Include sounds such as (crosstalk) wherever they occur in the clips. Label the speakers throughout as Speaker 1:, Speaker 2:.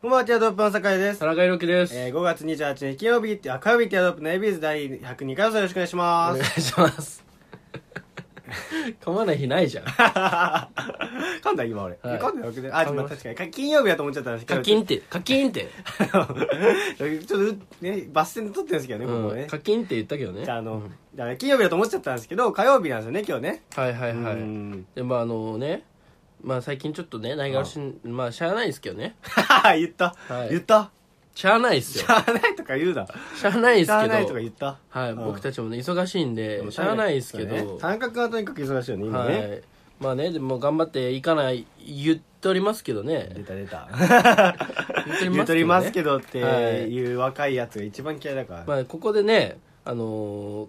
Speaker 1: こんばんは、ティアドロップの酒井です。
Speaker 2: 田中裕樹です、
Speaker 1: えー、5月28日金曜日、あ、火曜日、ティアドロップの
Speaker 2: (laughs)
Speaker 1: エビーズ第102回をよろしくお願いしま
Speaker 2: お願い
Speaker 1: す。
Speaker 2: します (laughs) 噛まない日ないじゃん
Speaker 1: 噛んだ今俺。
Speaker 2: はい
Speaker 1: 噛んだわけで。あ、ちょっと
Speaker 2: 噛みま
Speaker 1: 待って確かに。か金曜日やと思っちゃったんですけ
Speaker 2: 課
Speaker 1: ど。
Speaker 2: 金って課金って、
Speaker 1: あのちょっと、ね、バス停で撮ってるんですけどね、ここ
Speaker 2: うん、
Speaker 1: ね。
Speaker 2: 課金って言ったけどね
Speaker 1: じゃあ、あの、だから金曜日だと思っちゃったんですけど、火曜日なんですよね、今日ね。
Speaker 2: はいはいは
Speaker 1: う
Speaker 2: い
Speaker 1: ん (laughs)
Speaker 2: でまああのねまあ最近ちょっとねないがらしんまあしゃあないですけどね
Speaker 1: 言った、
Speaker 2: はい
Speaker 1: 言った。
Speaker 2: しゃあないっす
Speaker 1: し
Speaker 2: よ
Speaker 1: ゃあないとか言うな。
Speaker 2: しゃあないっす
Speaker 1: しゃあ
Speaker 2: け
Speaker 1: ないとか
Speaker 2: ど
Speaker 1: 言った。
Speaker 2: はい
Speaker 1: うん
Speaker 2: 僕たちもね忙しいんでしゃあないっす
Speaker 1: そ
Speaker 2: け
Speaker 1: うね
Speaker 2: ど
Speaker 1: 田中君はとにかく忙しいよね、今
Speaker 2: は
Speaker 1: ね。
Speaker 2: いまあねでも頑張っていかない言っておりますけど
Speaker 1: 出
Speaker 2: ね
Speaker 1: た出た。
Speaker 2: 言
Speaker 1: 言
Speaker 2: っ
Speaker 1: う
Speaker 2: て
Speaker 1: と
Speaker 2: お
Speaker 1: り
Speaker 2: り
Speaker 1: ま
Speaker 2: ますす
Speaker 1: け
Speaker 2: け
Speaker 1: ど
Speaker 2: ど
Speaker 1: っ
Speaker 2: ね
Speaker 1: ていう若いやつが一番嫌いだから。
Speaker 2: まあここでねあのー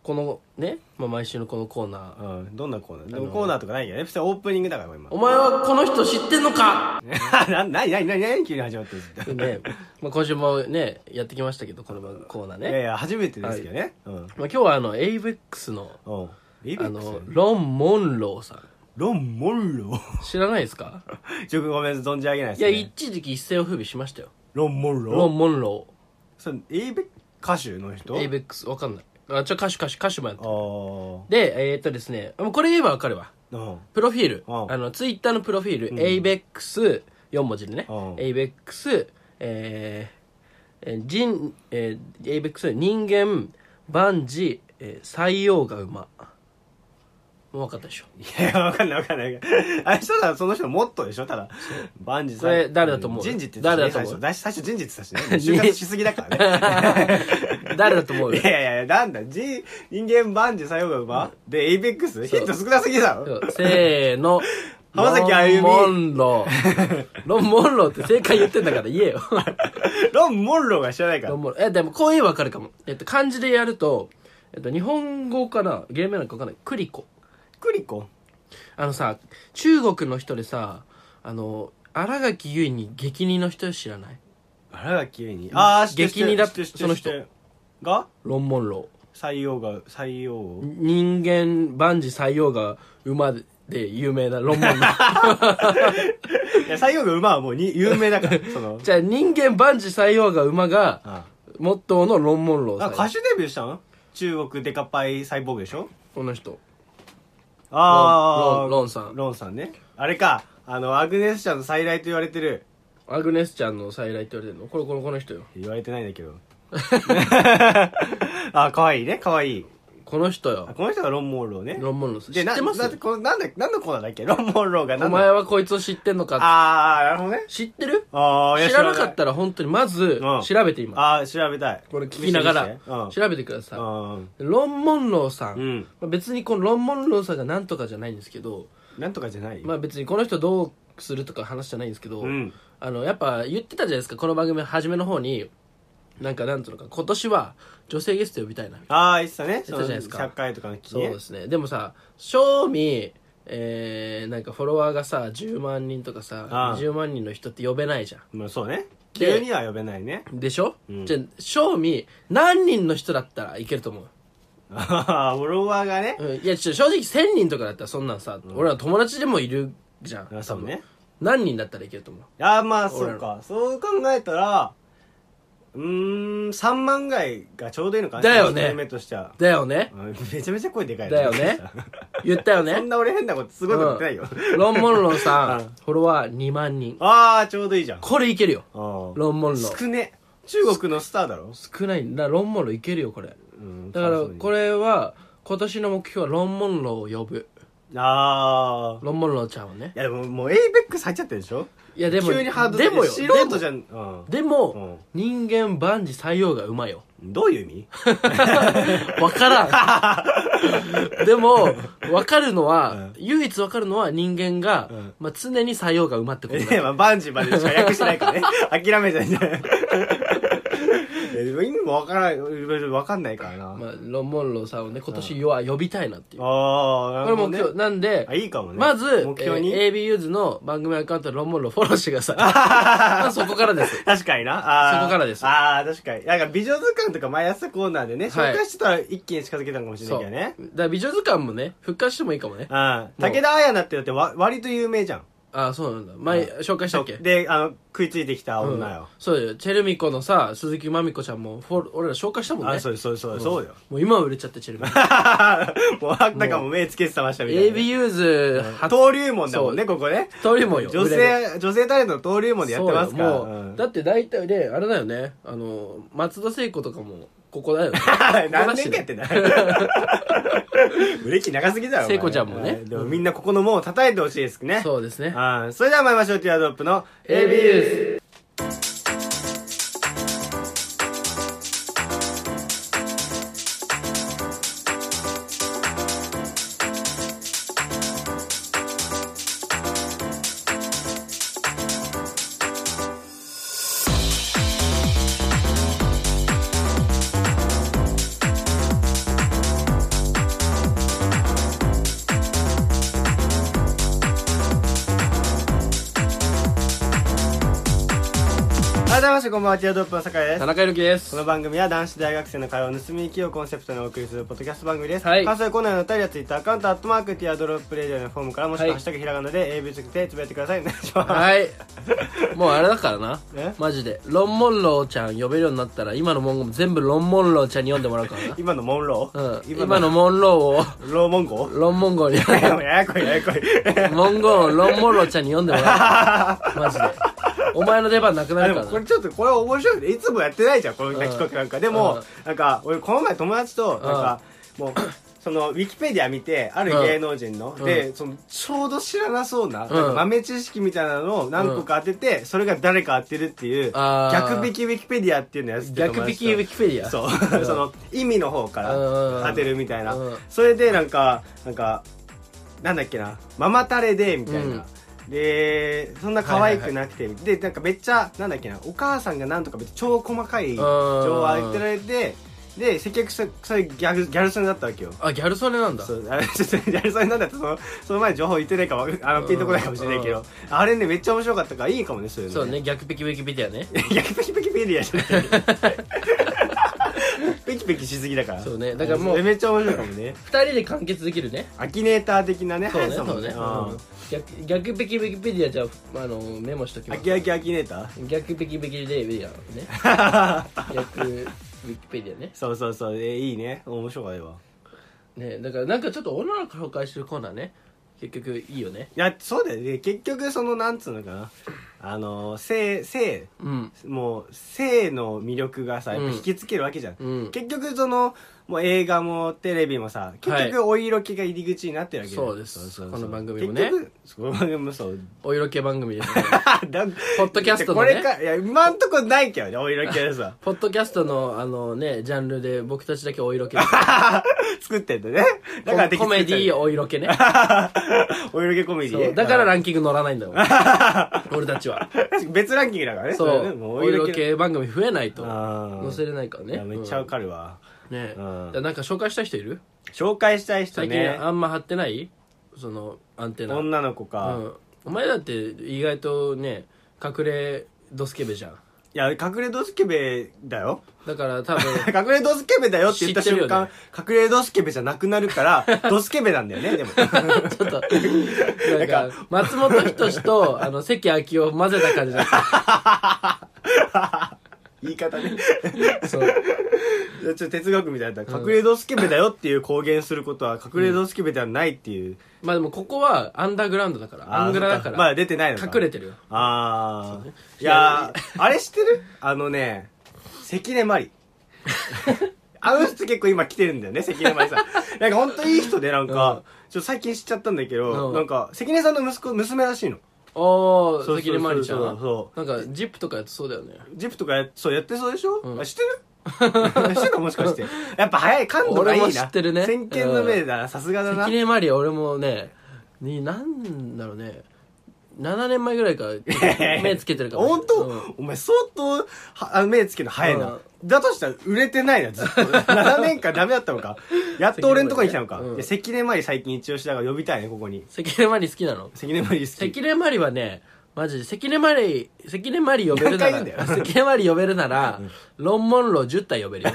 Speaker 2: このね、まあ、毎週のこのコーナー
Speaker 1: うん、どんなコーナーでもコーナーとかないよね。普通オープニングだから、今
Speaker 2: お。前はこの人知ってんのか、
Speaker 1: (laughs) な、な、な、な、な、急に始まってるんです (laughs)
Speaker 2: ねまあ、今週もねやってきましたけどこの番コーナー
Speaker 1: いやい
Speaker 2: ね、
Speaker 1: や、初めてですけどね。うん。
Speaker 2: まあ、今日はあの AVEX の
Speaker 1: うん。リビッ
Speaker 2: あ
Speaker 1: ク
Speaker 2: の
Speaker 1: ス
Speaker 2: ロン・モンローさん
Speaker 1: ロン・モンロ
Speaker 2: 知らないですか
Speaker 1: ー。ちょっとごめんなさい、存じ上げない
Speaker 2: い
Speaker 1: で
Speaker 2: や
Speaker 1: すね。
Speaker 2: 一時期一世を風靡しましたよ
Speaker 1: ロン・モンロー。
Speaker 2: ロン・モンロ
Speaker 1: それ、エイベ歌手の人
Speaker 2: ー AVEX わかんないあちょ歌手歌手歌手もやって
Speaker 1: あー。
Speaker 2: でえーっとですねもうこれ言えばわかるわ
Speaker 1: うん。
Speaker 2: プロフィール、
Speaker 1: うん
Speaker 2: あのツイッターのプロフィール、ABEX4 文字でね、
Speaker 1: うん
Speaker 2: ABEX、えーえー人えー、ABEX 人間万事、えー、採用が馬もう分かったでしょ
Speaker 1: い
Speaker 2: (laughs)
Speaker 1: や、わかんないわかんない。あれ、そうだ、その人もっとでしょただ、万事さん
Speaker 2: これ誰だと思う
Speaker 1: 人事って
Speaker 2: 誰だと思う
Speaker 1: 最初最初人事って言ってたしね。もう就活しすぎだ
Speaker 2: (laughs)
Speaker 1: からね。
Speaker 2: 誰だと思うよ
Speaker 1: いやいやいや、なんだ、人、人間万事作用が馬、で、エイペックスヒント少なすぎだろ
Speaker 2: せーの
Speaker 1: 浜崎あゆみ
Speaker 2: ロン・モンローロン・モンローって正解言ってんだから言えよ
Speaker 1: ロン・モンローが知らないから
Speaker 2: ロ。ン・モンローえでもこういう分かるかも、えっと、漢字でやると、えっと、日本語かな芸名なんか分かんないクリコ
Speaker 1: クリコ
Speaker 2: あのさ、中国の人でさ、あの、新垣結衣に激似の人知らない
Speaker 1: あら、綺麗に。あー、知ってる
Speaker 2: 激似だ
Speaker 1: 知ってる知って
Speaker 2: その
Speaker 1: る知って
Speaker 2: 人
Speaker 1: るが
Speaker 2: ロンモンロ
Speaker 1: 採用が、採用
Speaker 2: ー。。人間万事採用が馬で有名なロンモンロー。 (laughs)
Speaker 1: いや、採用が馬はもうに有名だから、そ
Speaker 2: (laughs)
Speaker 1: の。
Speaker 2: じゃあ人間万事採用が馬が、
Speaker 1: あ
Speaker 2: モットーのロンモンロー
Speaker 1: あ歌
Speaker 2: さん。
Speaker 1: 手デビューしたの中国デカパイサイボーグでしょ
Speaker 2: この人。
Speaker 1: ああ
Speaker 2: ロンロンロンさん
Speaker 1: ロンさんね。あれか、あの、アグネス社の再来と言われてる。
Speaker 2: アグネスちゃんの再来って言われてるのこれ、この、この人よ。
Speaker 1: 言われてないんだ
Speaker 2: (laughs)
Speaker 1: けど。 (laughs) あ、可愛いね、可愛い。
Speaker 2: この人
Speaker 1: あ
Speaker 2: よ。
Speaker 1: この人がロンモンローね。
Speaker 2: ロンモンローさん。知
Speaker 1: で、な
Speaker 2: ってま
Speaker 1: なんですこのなんだ、なんのコーナーだっけロンモンローが
Speaker 2: お
Speaker 1: 何
Speaker 2: 前はこいつを知ってんのか。
Speaker 1: あー、なるほどね。
Speaker 2: 知ってる
Speaker 1: あー、いや
Speaker 2: 知らなかっ
Speaker 1: 知
Speaker 2: たら本当にまず
Speaker 1: うん、
Speaker 2: 調べて今。
Speaker 1: らないあー、調べたい。
Speaker 2: これ聞きなが
Speaker 1: 見
Speaker 2: ら
Speaker 1: せて見せて
Speaker 2: 調べてください。
Speaker 1: うん。うん。
Speaker 2: ロン・モンローさん、
Speaker 1: うん
Speaker 2: まあ、別にこのロン・モンローさんがなんとかじゃないんですけど、
Speaker 1: なんとかじゃない
Speaker 2: まあ、別にこの人どうするとか話じゃないんですけど、
Speaker 1: うん
Speaker 2: あのやっぱ言ってたじゃないですかこの番組初めの方になんかなんつうのか今年は女性ゲスト呼びたいなみたい
Speaker 1: あー、いっすね。
Speaker 2: 言ってたじゃないですか
Speaker 1: 100回とかの記
Speaker 2: なそう
Speaker 1: 念
Speaker 2: で。すねでもさ正味えー、なんかフォロワーがさ10万人とか
Speaker 1: あ
Speaker 2: さ
Speaker 1: あ
Speaker 2: 20万人の人って呼べないじゃ
Speaker 1: まあそうね。
Speaker 2: で
Speaker 1: 急には呼べないね。
Speaker 2: んでしょ、
Speaker 1: うん
Speaker 2: じゃあ正味何人の人だったらいけると思う
Speaker 1: あー、フォロワーがね。
Speaker 2: うんいや、ちょ正直1000人とかだったらそんなんさ、俺ら友達でもいるじゃん。
Speaker 1: あそうね。
Speaker 2: 何人だったらいけると思う。
Speaker 1: あー、まあそ
Speaker 2: 俺
Speaker 1: う
Speaker 2: ら
Speaker 1: か。そう考えたら、うーん、3万ぐらいがちょうどいいのかな。
Speaker 2: だよね
Speaker 1: 目としては。
Speaker 2: だよね
Speaker 1: うんめちゃめちゃ声でかい
Speaker 2: だよ
Speaker 1: (laughs)
Speaker 2: ね言ったよ
Speaker 1: そん
Speaker 2: ね
Speaker 1: な俺変なことすごいこと言ってないよ。
Speaker 2: ロン・モンロー
Speaker 1: (laughs)
Speaker 2: さ
Speaker 1: うん
Speaker 2: ん、フォロワー2万人。
Speaker 1: (laughs) ああ、ちょうどいいじゃん。
Speaker 2: これいけるよ。
Speaker 1: ロ
Speaker 2: ロン・モンロー。
Speaker 1: 少ね。中国のスターだろ
Speaker 2: 少ない。だロン・モンローいけるよ、これ。
Speaker 1: うん
Speaker 2: だから、こ
Speaker 1: れ。
Speaker 2: れは、今年の目標はロン・モンローを呼ぶ。
Speaker 1: ああ。
Speaker 2: ロン・モンローちゃんをね
Speaker 1: い。やでももうエイベックス入っちゃってるでしょ
Speaker 2: いや、でも、
Speaker 1: 急にハード
Speaker 2: でもよ、
Speaker 1: 素
Speaker 2: でも
Speaker 1: 人じゃん。うん。
Speaker 2: でも、人間万事採用がうまいよ。
Speaker 1: どういう意
Speaker 2: (laughs)
Speaker 1: 味
Speaker 2: わから
Speaker 1: (laughs)
Speaker 2: ん。でも、わかるのは、唯一わかるのは人間が、
Speaker 1: ん
Speaker 2: まあ、常に採用が馬ってこと
Speaker 1: え、
Speaker 2: だ。
Speaker 1: まあ、バンジーまでしか訳してないからね。 (laughs) 諦めちゃいけない。いやでも意味もわからない、わかんないからな。
Speaker 2: まあ、ロン・モンローさんをね、今年は呼びたいなっていう。
Speaker 1: ああ、なる
Speaker 2: これ
Speaker 1: ほど
Speaker 2: 目
Speaker 1: ね。
Speaker 2: 標。なん
Speaker 1: あ、
Speaker 2: で、
Speaker 1: いいかもね。
Speaker 2: まず、
Speaker 1: 目標に。
Speaker 2: えー AB ユーズの番組アカウントロン・モンローフォローしてく
Speaker 1: (laughs)
Speaker 2: ださい。まあそこからです。
Speaker 1: 確かにな。あー
Speaker 2: そこからです
Speaker 1: ああ、確かに。なんか美女図鑑とか毎朝コーナーでね、
Speaker 2: はい
Speaker 1: 紹介してたら一気に近づけたのかもしれな
Speaker 2: そ。
Speaker 1: いうけどね。
Speaker 2: だから美女図鑑もね、復活してもいいかもね。
Speaker 1: うん。武田彩奈ってだってわ割と有名じゃん。
Speaker 2: あそうなんだ前紹介したっけ
Speaker 1: で、あの、食いついてきた女よ。
Speaker 2: そうよチェルミコのさ鈴木まみこちゃんもフォロ俺ら紹介したもんね
Speaker 1: あ、そうそうそう、そうよ。 (laughs)
Speaker 2: もう今は売れちゃってチェルミコ
Speaker 1: もう、あったかも目つけてたましたみたいな
Speaker 2: AB
Speaker 1: ね。
Speaker 2: ユーズ初
Speaker 1: 登竜門だもんね、ここね。
Speaker 2: 登竜門よ
Speaker 1: 女
Speaker 2: 売れる
Speaker 1: 性、女性タレントの登竜門でやってますから。
Speaker 2: そうよもうだって大体ねあれだよねあの松田聖子とかもここ
Speaker 1: (laughs)
Speaker 2: だよね
Speaker 1: うん何年かやってん
Speaker 2: (laughs)
Speaker 1: だ (laughs) 売れ期長すぎだろ。お前
Speaker 2: 聖子ちゃんもね
Speaker 1: はいでもみんなここの門を叩いてほしいですね。
Speaker 2: そうですね
Speaker 1: はいそれでは参りましょう、ティアドロップの
Speaker 2: AB ユーズ
Speaker 1: 改めましてこんばんは、ティアドロップの酒井です
Speaker 2: 田。中裕樹です
Speaker 1: この番組は男子大学生の会話を盗み聞きをコンセプトにお送りするポッドキャスト番組です。
Speaker 2: はい
Speaker 1: 関西コーナーのお便りはツイッターアカウント、アットマーク、ティアドロップレディオのフォームから、もしくは
Speaker 2: はい
Speaker 1: ハッシュタグひらがなで AB つけてつぶやいてください。お願いします。 (laughs)
Speaker 2: はい。もうあれだからな
Speaker 1: え。
Speaker 2: マジで。ロンモンローちゃん呼べるようになったら、今の文言も全部ロンモンローちゃんに読んでもらうから
Speaker 1: 今のモンロー
Speaker 2: な。うん。今のモンロー
Speaker 1: (laughs) ローモンゴ
Speaker 2: を、ロンモンゴーに、
Speaker 1: (laughs) ーややこいややこい。
Speaker 2: モンゴーをロンモンローちゃんに読んでも
Speaker 1: (laughs)
Speaker 2: らうから。マジで。お前の出番なく
Speaker 1: あ
Speaker 2: な
Speaker 1: で
Speaker 2: るか
Speaker 1: も
Speaker 2: ら
Speaker 1: こ
Speaker 2: な
Speaker 1: れ。ちょっとこれは面白いねいつもやってないじゃんこの企画なんか、でも、
Speaker 2: うん
Speaker 1: なんか俺この前友達となんか、もうそのウィキペディア見てある芸能人の、
Speaker 2: うん
Speaker 1: でそのちょうど知らなそうな,、
Speaker 2: ん
Speaker 1: なんか豆知識みたいなのを何個か当てて、それが誰か当てるっていう
Speaker 2: あー
Speaker 1: 逆引きウィキペディアっていうのやつって
Speaker 2: 逆引きウィキペディア。
Speaker 1: そう、(laughs)
Speaker 2: (laughs) ん
Speaker 1: その意味の方から
Speaker 2: うん
Speaker 1: 当てるみたいな、
Speaker 2: うん
Speaker 1: それでなんかなんかなんだっけなママタレでみたいな、でそんな可愛くなくて、でなんかめっちゃなんだっけなお母さんがなんとかめっちゃ超細かい情報を当てられてで接客そそれギャルギャルソンだったわけよ
Speaker 2: あ、ギャルソネなんだ。
Speaker 1: そうあれちょっとギャルソンなんだってそのその前情報言ってないかわあ
Speaker 2: う
Speaker 1: の
Speaker 2: ん
Speaker 1: ピンとこないかもしれないけど、あれねめっちゃ面白かったからいいかもねそういうの
Speaker 2: そうね、逆引きウィキペディアね。
Speaker 1: いやペキペキペディアじゃなく
Speaker 2: (laughs)
Speaker 1: てペキペキしすぎだから
Speaker 2: そうねだからもう
Speaker 1: えめっちゃ面白いかもね
Speaker 2: 二人で完結できるね。
Speaker 1: アキネーター的なね
Speaker 2: (laughs) そうね、
Speaker 1: 速さ
Speaker 2: そ
Speaker 1: も
Speaker 2: うね。
Speaker 1: あ
Speaker 2: うん逆逆引きウィキペディアじゃあ、あの、メモしとき
Speaker 1: あ
Speaker 2: ま
Speaker 1: ア
Speaker 2: す。
Speaker 1: キアキアキネータ
Speaker 2: 逆ペキペキでウィアね (laughs)
Speaker 1: ー
Speaker 2: 逆ウィキペディアね
Speaker 1: そうそうそうえいいね面白いわ
Speaker 2: ねだからなんかちょっと女の子紹介してるコーナーね結局いいよね
Speaker 1: いやそうだよね結局そのなんつうのかなあの性性
Speaker 2: うん
Speaker 1: もう性の魅力がさやっぱ引きつけるわけじゃん、
Speaker 2: うん
Speaker 1: 結局そのもう映画もテレビもさ結局お色気が入り口になってるわけじゃん
Speaker 2: そうです
Speaker 1: そう
Speaker 2: この番組もね
Speaker 1: 結局この番組もそう
Speaker 2: お色気番組です、 (laughs) ね、
Speaker 1: だ
Speaker 2: ポッドキャストのね
Speaker 1: これかいや今んとこないけどねお色気は
Speaker 2: (laughs)
Speaker 1: さ
Speaker 2: ポッドキャストのあのねジャンルで僕たち (laughs) だけお色気
Speaker 1: 作ってんだねだから
Speaker 2: コメディー
Speaker 1: を
Speaker 2: お色 (laughs) 気ね
Speaker 1: お色気コメディ
Speaker 2: そ
Speaker 1: ー
Speaker 2: うだからラ
Speaker 1: ン
Speaker 2: ンキング乗らないんだよ (laughs) 俺たちは
Speaker 1: キング別ランキングだ (laughs) からね
Speaker 2: そ
Speaker 1: れはね
Speaker 2: う
Speaker 1: も
Speaker 2: お色気番組増えないと
Speaker 1: あ
Speaker 2: 載
Speaker 1: ー
Speaker 2: せれないから
Speaker 1: いやめ
Speaker 2: ね
Speaker 1: っちゃわかるわ、
Speaker 2: うんね
Speaker 1: うん
Speaker 2: だからなんか紹介した人いる
Speaker 1: 紹介したい人
Speaker 2: 最
Speaker 1: ね
Speaker 2: 近あんま貼ってないそのアンテナ
Speaker 1: 女の子か、
Speaker 2: う
Speaker 1: い
Speaker 2: ん、お前だって意外とね隠れドスケベじゃん
Speaker 1: や隠れドスケベだよ (laughs)
Speaker 2: だから多分 (laughs)
Speaker 1: 隠れドスケベだよって言った
Speaker 2: 知ってるよ
Speaker 1: 瞬
Speaker 2: ね
Speaker 1: 間、隠れドスケベじゃなくなるからドスケベなんだよねでも
Speaker 2: ちょっとなんか松本人志とあの関明夫を混ぜた
Speaker 1: (laughs)
Speaker 2: 感じだっ
Speaker 1: 言い方ね
Speaker 2: た (laughs) そう
Speaker 1: いやちょっと哲学みたいだったら、隠れドスケベだよっていう公言することは、隠れドスケベではないっていう。
Speaker 2: まあでもここはアンダーグラウンドだから
Speaker 1: あー
Speaker 2: アングラだか
Speaker 1: そっ
Speaker 2: ら、
Speaker 1: まだ出てないのか。
Speaker 2: 隠れてるよ
Speaker 1: ああ。いやー、あれ知ってるあのね、関根
Speaker 2: (laughs)
Speaker 1: 麻里。あの人結構今来てるんだよね、関根麻里さん。なんかほんといい人で、なん
Speaker 2: うん
Speaker 1: か、ちょっと最近知っちゃったんだけ
Speaker 2: う
Speaker 1: ど、
Speaker 2: ん
Speaker 1: なんか、関根さんの息子、娘らしいの。そ
Speaker 2: おー
Speaker 1: うそうそう
Speaker 2: 関根麻里ちゃん
Speaker 1: そうそ
Speaker 2: なんかジップとかやってそうだよね
Speaker 1: ジップとかや、そうやってそうでしょ、
Speaker 2: うん
Speaker 1: あ知ってる (laughs) 知ってるもしかして。やっぱ早い、感度がいいな。
Speaker 2: 俺も知ってるね
Speaker 1: 先見の明だな、さすがだな
Speaker 2: 関。根麻里俺もねになんだろうね7年前ぐら
Speaker 1: (laughs)
Speaker 2: いから目つけてるかも
Speaker 1: 本当、
Speaker 2: うん
Speaker 1: お前相当はあ目つけるの早いな、
Speaker 2: うん
Speaker 1: だとしたら売れてないなずっ
Speaker 2: (laughs)
Speaker 1: と7年間ダメだったのかやっと俺のとこに来たのか、
Speaker 2: うん
Speaker 1: いや関根麻里最近一応しだから呼びたいねここに
Speaker 2: 関根麻里好きなの
Speaker 1: 関根麻里好き
Speaker 2: 関根麻里はねマジで関根マリー関根マリー呼べるな
Speaker 1: 何回言
Speaker 2: ら
Speaker 1: うんだよ
Speaker 2: 関根マリー呼べるなら、ロンモンロー10体呼
Speaker 1: (laughs)
Speaker 2: べるよ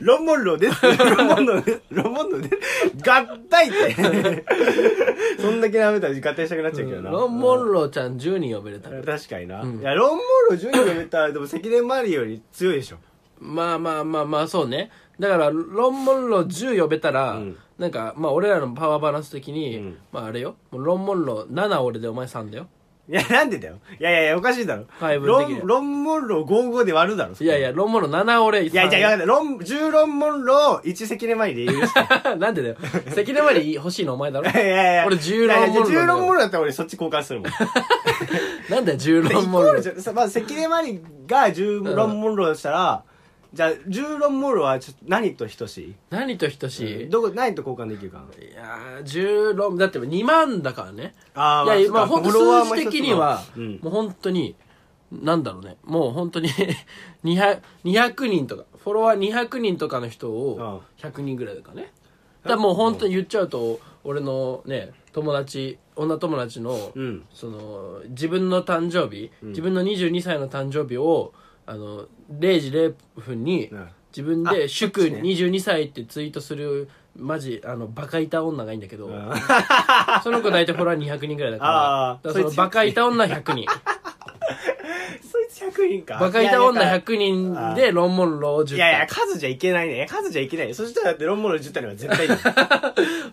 Speaker 1: ロンモンロー
Speaker 2: (laughs)
Speaker 1: です。ロンモンローです。ロンモンローです。合体って。 (laughs) そんだけ舐めたら合体したくなっちゃうけどな。
Speaker 2: ロンモンローちゃん10人呼べる多分
Speaker 1: (laughs) 確かにな。いや、ロンモンロー順位で見たら、でも関根マリより強いでしょ。
Speaker 2: まあまあまあまあそうねだからロンモンロー10呼べたら、
Speaker 1: うん
Speaker 2: なんかまあ俺らのパワーバランス的に、
Speaker 1: ん
Speaker 2: まああれよもうロンモンロー7俺でお前3だよ
Speaker 1: いや、なんでだよ。いやいやいや、おかしいだろ。
Speaker 2: 配分
Speaker 1: ロ
Speaker 2: 的には
Speaker 1: ン、ロンモンロー55で割るだろ。そ
Speaker 2: い
Speaker 1: こ
Speaker 2: やい。やロンモンロー7俺
Speaker 1: いや、じゃあ、ロン、10ロンモンロー、1関根マリで (laughs) 許して。
Speaker 2: や (laughs) なんでだよ関根まで欲しいのお前だろ
Speaker 1: いやいやいや。
Speaker 2: 俺10ロンモンロー
Speaker 1: いやいや10ロンモンロ
Speaker 2: ー
Speaker 1: ーだったら俺そっち交換するもん。 (laughs)
Speaker 2: なんだよ10
Speaker 1: でイコ
Speaker 2: ロンモンロ
Speaker 1: ール
Speaker 2: ー
Speaker 1: じゃんさまあ、関根マリが10ロンモンローだしたら、じゃあ、10ロンモンローはちょっと何と等し
Speaker 2: 何と等しい、
Speaker 1: いどこ、何と交換できるか
Speaker 2: いやー10ロンだって2万だからね
Speaker 1: あーまあ
Speaker 2: いやまあ
Speaker 1: そっ
Speaker 2: 本
Speaker 1: か
Speaker 2: 当数字的には、
Speaker 1: フォロワーも一つのうん
Speaker 2: もう本当になんだろうねもう本当に (laughs) 200, 200人とかフォロワー200人とかの人を100人ぐらいだからねだからもう本当に言っちゃうと俺のね友達女友達の,、
Speaker 1: うん
Speaker 2: その自分の誕生日、自分の22歳の誕生日をあの0時0分に
Speaker 1: うん
Speaker 2: 自分
Speaker 1: あ
Speaker 2: で「祝
Speaker 1: そっちね
Speaker 2: 22歳」ってツイートするマジあのバカいた女がいいんだけど、
Speaker 1: ん
Speaker 2: (laughs) その子大体フォロワー200人ぐらいだから
Speaker 1: あー
Speaker 2: だからそ
Speaker 1: そい
Speaker 2: の
Speaker 1: つ
Speaker 2: バカいた女100人
Speaker 1: (laughs) そいつ100人か
Speaker 2: バカいた女
Speaker 1: いやいや
Speaker 2: 100人でロンモンロー10
Speaker 1: いやいや、
Speaker 2: 体
Speaker 1: 数じゃいけないね。数じゃいけない。そしたらだってロンモンロー10体には絶対いない。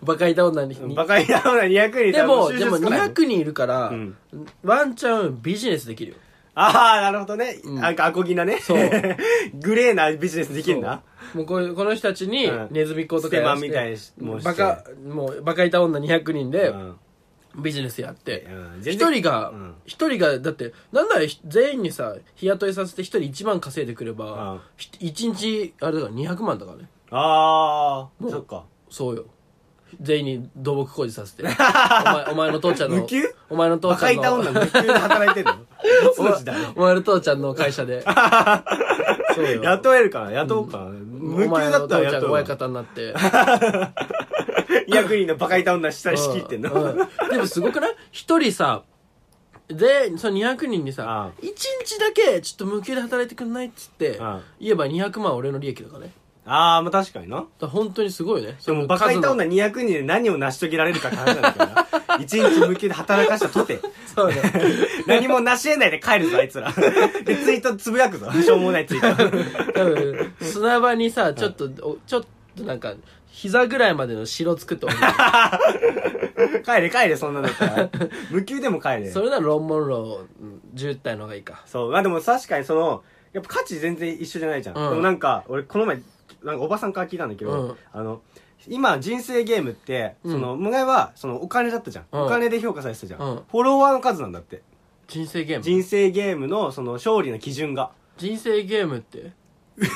Speaker 2: (laughs) バカいた女に
Speaker 1: バカになるな200人
Speaker 2: でも
Speaker 1: 多分
Speaker 2: でも
Speaker 1: 収集つかないん
Speaker 2: 200人いるから、
Speaker 1: ん
Speaker 2: ワンチャンビジネスできるよ
Speaker 1: ああ、なるほどね。
Speaker 2: ん
Speaker 1: なんかアコギなね。
Speaker 2: そう
Speaker 1: (laughs) グレーなビジネスできるな。
Speaker 2: そうもうこういうこの人たちに
Speaker 1: うん
Speaker 2: ネズミ子とか
Speaker 1: ステマ
Speaker 2: や
Speaker 1: みたいにしもうして
Speaker 2: バカもうバカいた女200人で
Speaker 1: うん
Speaker 2: ビジネスやって
Speaker 1: うん
Speaker 2: 一
Speaker 1: 全然
Speaker 2: 人が
Speaker 1: うん
Speaker 2: 一人がだってなんならひ全員にさ日雇いさせて一人1万稼いでくれ
Speaker 1: う
Speaker 2: ば
Speaker 1: ん
Speaker 2: ひ一日あれだから200万だからね
Speaker 1: あ
Speaker 2: もう
Speaker 1: あ、そっか。
Speaker 2: そうよ全員に土木工事
Speaker 1: (laughs)
Speaker 2: させてお前お前の父ちゃんの
Speaker 1: 無給
Speaker 2: お前の父
Speaker 1: バ
Speaker 2: ち
Speaker 1: カ
Speaker 2: ゃん
Speaker 1: いた
Speaker 2: の
Speaker 1: 女
Speaker 2: (laughs)
Speaker 1: 無給で働いてんのいつ
Speaker 2: お
Speaker 1: の
Speaker 2: 前
Speaker 1: 時代
Speaker 2: お前の父ちゃんの会
Speaker 1: (laughs)
Speaker 2: 社でそうよ
Speaker 1: 雇えるから、雇うから。無給だったら
Speaker 2: お前の父ちゃん
Speaker 1: 雇う
Speaker 2: が親
Speaker 1: わ。
Speaker 2: 方になって
Speaker 1: 200人のバカいた女下に仕切ってん
Speaker 2: う
Speaker 1: の
Speaker 2: うでもすごくない一人さでその200人にさ
Speaker 1: う
Speaker 2: 一日だけちょっと無給で働いてくんないっつって
Speaker 1: うん
Speaker 2: 言えば200万俺の利益だからね
Speaker 1: ああ、まあ確かにな。
Speaker 2: だから本当にすごいね
Speaker 1: でもバカいた女200人で何を成し遂げられるかって話なんだけどな。
Speaker 2: (laughs)
Speaker 1: 一日無給で働かしたとて。
Speaker 2: そうね
Speaker 1: (laughs) 何も成し得ないで帰るぞ、あいつ
Speaker 2: (laughs)
Speaker 1: ら。で、ツイートつぶやくぞ。しょうもないツイート。 (laughs)
Speaker 2: 多分砂場にさちょっとおちょっとなんか膝ぐらいまでの城作ってほしい
Speaker 1: 帰れ帰れ、そんなんだったら。無給でも帰れ
Speaker 2: そ。れならロンモンローうん10体の方がいいか
Speaker 1: そう。まあでも確かにその、やっぱ価値全然一緒じゃないじゃん。
Speaker 2: うん
Speaker 1: でもなんか、俺この前、なんかおばさんから聞いたんだけど、
Speaker 2: うん
Speaker 1: あの、今人生ゲームって、
Speaker 2: うん
Speaker 1: その、前は、そのお金だったじゃん。
Speaker 2: うん
Speaker 1: お金で評価されてたじゃん。
Speaker 2: うん
Speaker 1: フォロワーの数なんだって。
Speaker 2: 人生ゲーム人
Speaker 1: 人生ゲームの、その、勝利の基準が。 (laughs)
Speaker 2: 生ゲームって